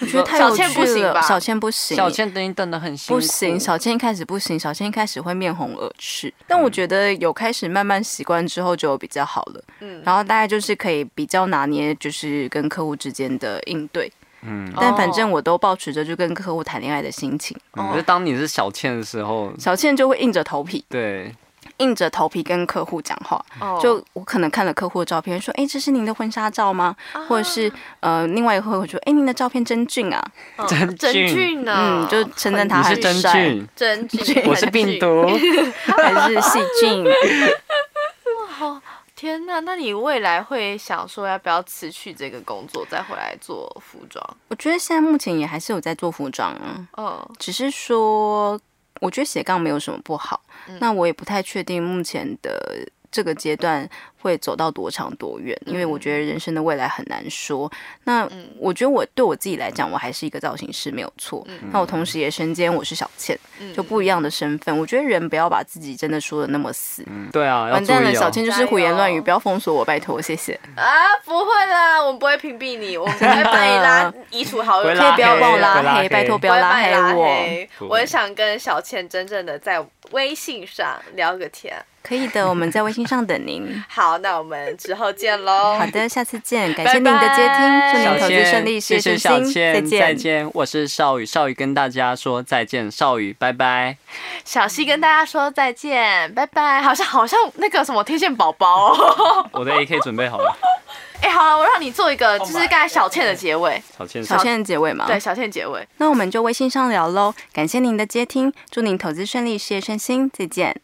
Speaker 2: 我觉得太有
Speaker 1: 小
Speaker 2: 趣了。
Speaker 1: 倩不行吧
Speaker 2: 小倩不行，
Speaker 3: 小倩等你等的很辛苦，
Speaker 2: 不行，小倩一开始不行，小倩一开始会面红耳赤，但我觉得有开始慢慢习惯之后就比较好了。嗯，然后大概就是可以比较拿捏，就是跟客户之间的应对。嗯，但反正我都保持着就跟客户谈恋爱的心情，
Speaker 3: 嗯。可是当你是小倩的时候，
Speaker 2: 小倩就会硬着头皮，
Speaker 3: 对，
Speaker 2: 硬着头皮跟客户讲话。
Speaker 1: 哦
Speaker 2: 就我可能看了客户的照片，说：“哎，这是您的婚纱照吗？”或者是呃，另外一个客户说：“哎，您的照片真俊 啊。
Speaker 1: 嗯
Speaker 3: 真
Speaker 1: 真
Speaker 3: 俊
Speaker 1: 俊呢，
Speaker 2: 嗯，就称赞他
Speaker 3: 你
Speaker 2: 很
Speaker 3: 是真
Speaker 2: 帅，哎
Speaker 3: 菌，
Speaker 1: 真菌，
Speaker 3: 我是
Speaker 1: 很
Speaker 3: 病
Speaker 1: 俊。
Speaker 3: 毒。
Speaker 2: 还是细菌。
Speaker 1: 天呐，那你未来会想说要不要辞去这个工作，再回来做服装？
Speaker 2: 我觉得现在目前也还是有在做服装啊，
Speaker 1: 嗯，
Speaker 2: 只是说我觉得斜杠没有什么不好。那我也不太确定目前的这个阶段会走到多长多远，因为我觉得人生的未来很难说。那我觉得我对我自己来讲，我还是一个造型师没有错。那我同时也身兼我是小倩，
Speaker 1: 嗯
Speaker 2: 就不一样的身份。我觉得人不要把自己真的说的那么死。
Speaker 3: 对啊，要
Speaker 2: 完
Speaker 3: 注
Speaker 2: 蛋了，
Speaker 3: 意
Speaker 2: 小
Speaker 3: 哦。
Speaker 2: 倩就是胡言乱
Speaker 1: 加
Speaker 2: 语，
Speaker 1: 油
Speaker 2: 不要封锁我，拜托，谢谢。
Speaker 1: 啊，不会啦，我们不会屏蔽你，我们不会把你 拉移除好友，
Speaker 3: 会
Speaker 2: 可以不要
Speaker 3: 黑
Speaker 2: 帮我
Speaker 3: 会拉
Speaker 2: 拉
Speaker 3: 黑
Speaker 2: 黑，拜托
Speaker 1: 不
Speaker 2: 不要
Speaker 1: 会
Speaker 2: 拉
Speaker 1: 把你
Speaker 2: 黑
Speaker 1: 拉
Speaker 2: 我。
Speaker 1: 黑
Speaker 3: 不
Speaker 1: 我很想跟小倩真正的在微信上聊个天。
Speaker 2: 可以的，我们在微信上等您。
Speaker 1: 好，那我们之后见喽。
Speaker 2: 好 的，下次见，感谢您的接
Speaker 1: 拜拜
Speaker 2: 听，祝
Speaker 3: 小
Speaker 2: 您投资
Speaker 3: 倩，
Speaker 2: 顺利，事
Speaker 3: 谢
Speaker 2: 业
Speaker 3: 谢
Speaker 2: 顺
Speaker 3: 小
Speaker 2: 心，
Speaker 3: 倩，
Speaker 2: 再
Speaker 3: 再
Speaker 2: 见。
Speaker 3: 见。我是少宇，少宇跟大家说再见，少宇，拜拜。
Speaker 1: 小溪跟大家说再见，拜拜。好像好像那个什么天线宝宝、哦，
Speaker 3: 我的 AK 准备好了，
Speaker 1: 哎、好了，我让你做一个，就
Speaker 3: Oh
Speaker 1: 是
Speaker 3: my
Speaker 1: 刚才小倩的结尾，
Speaker 3: 小倩，
Speaker 2: 小倩的结尾嘛，
Speaker 1: 对，，小倩结尾。
Speaker 2: 那我们就微信上聊喽。感谢您的接听，祝您投资顺利，事业顺心，再见。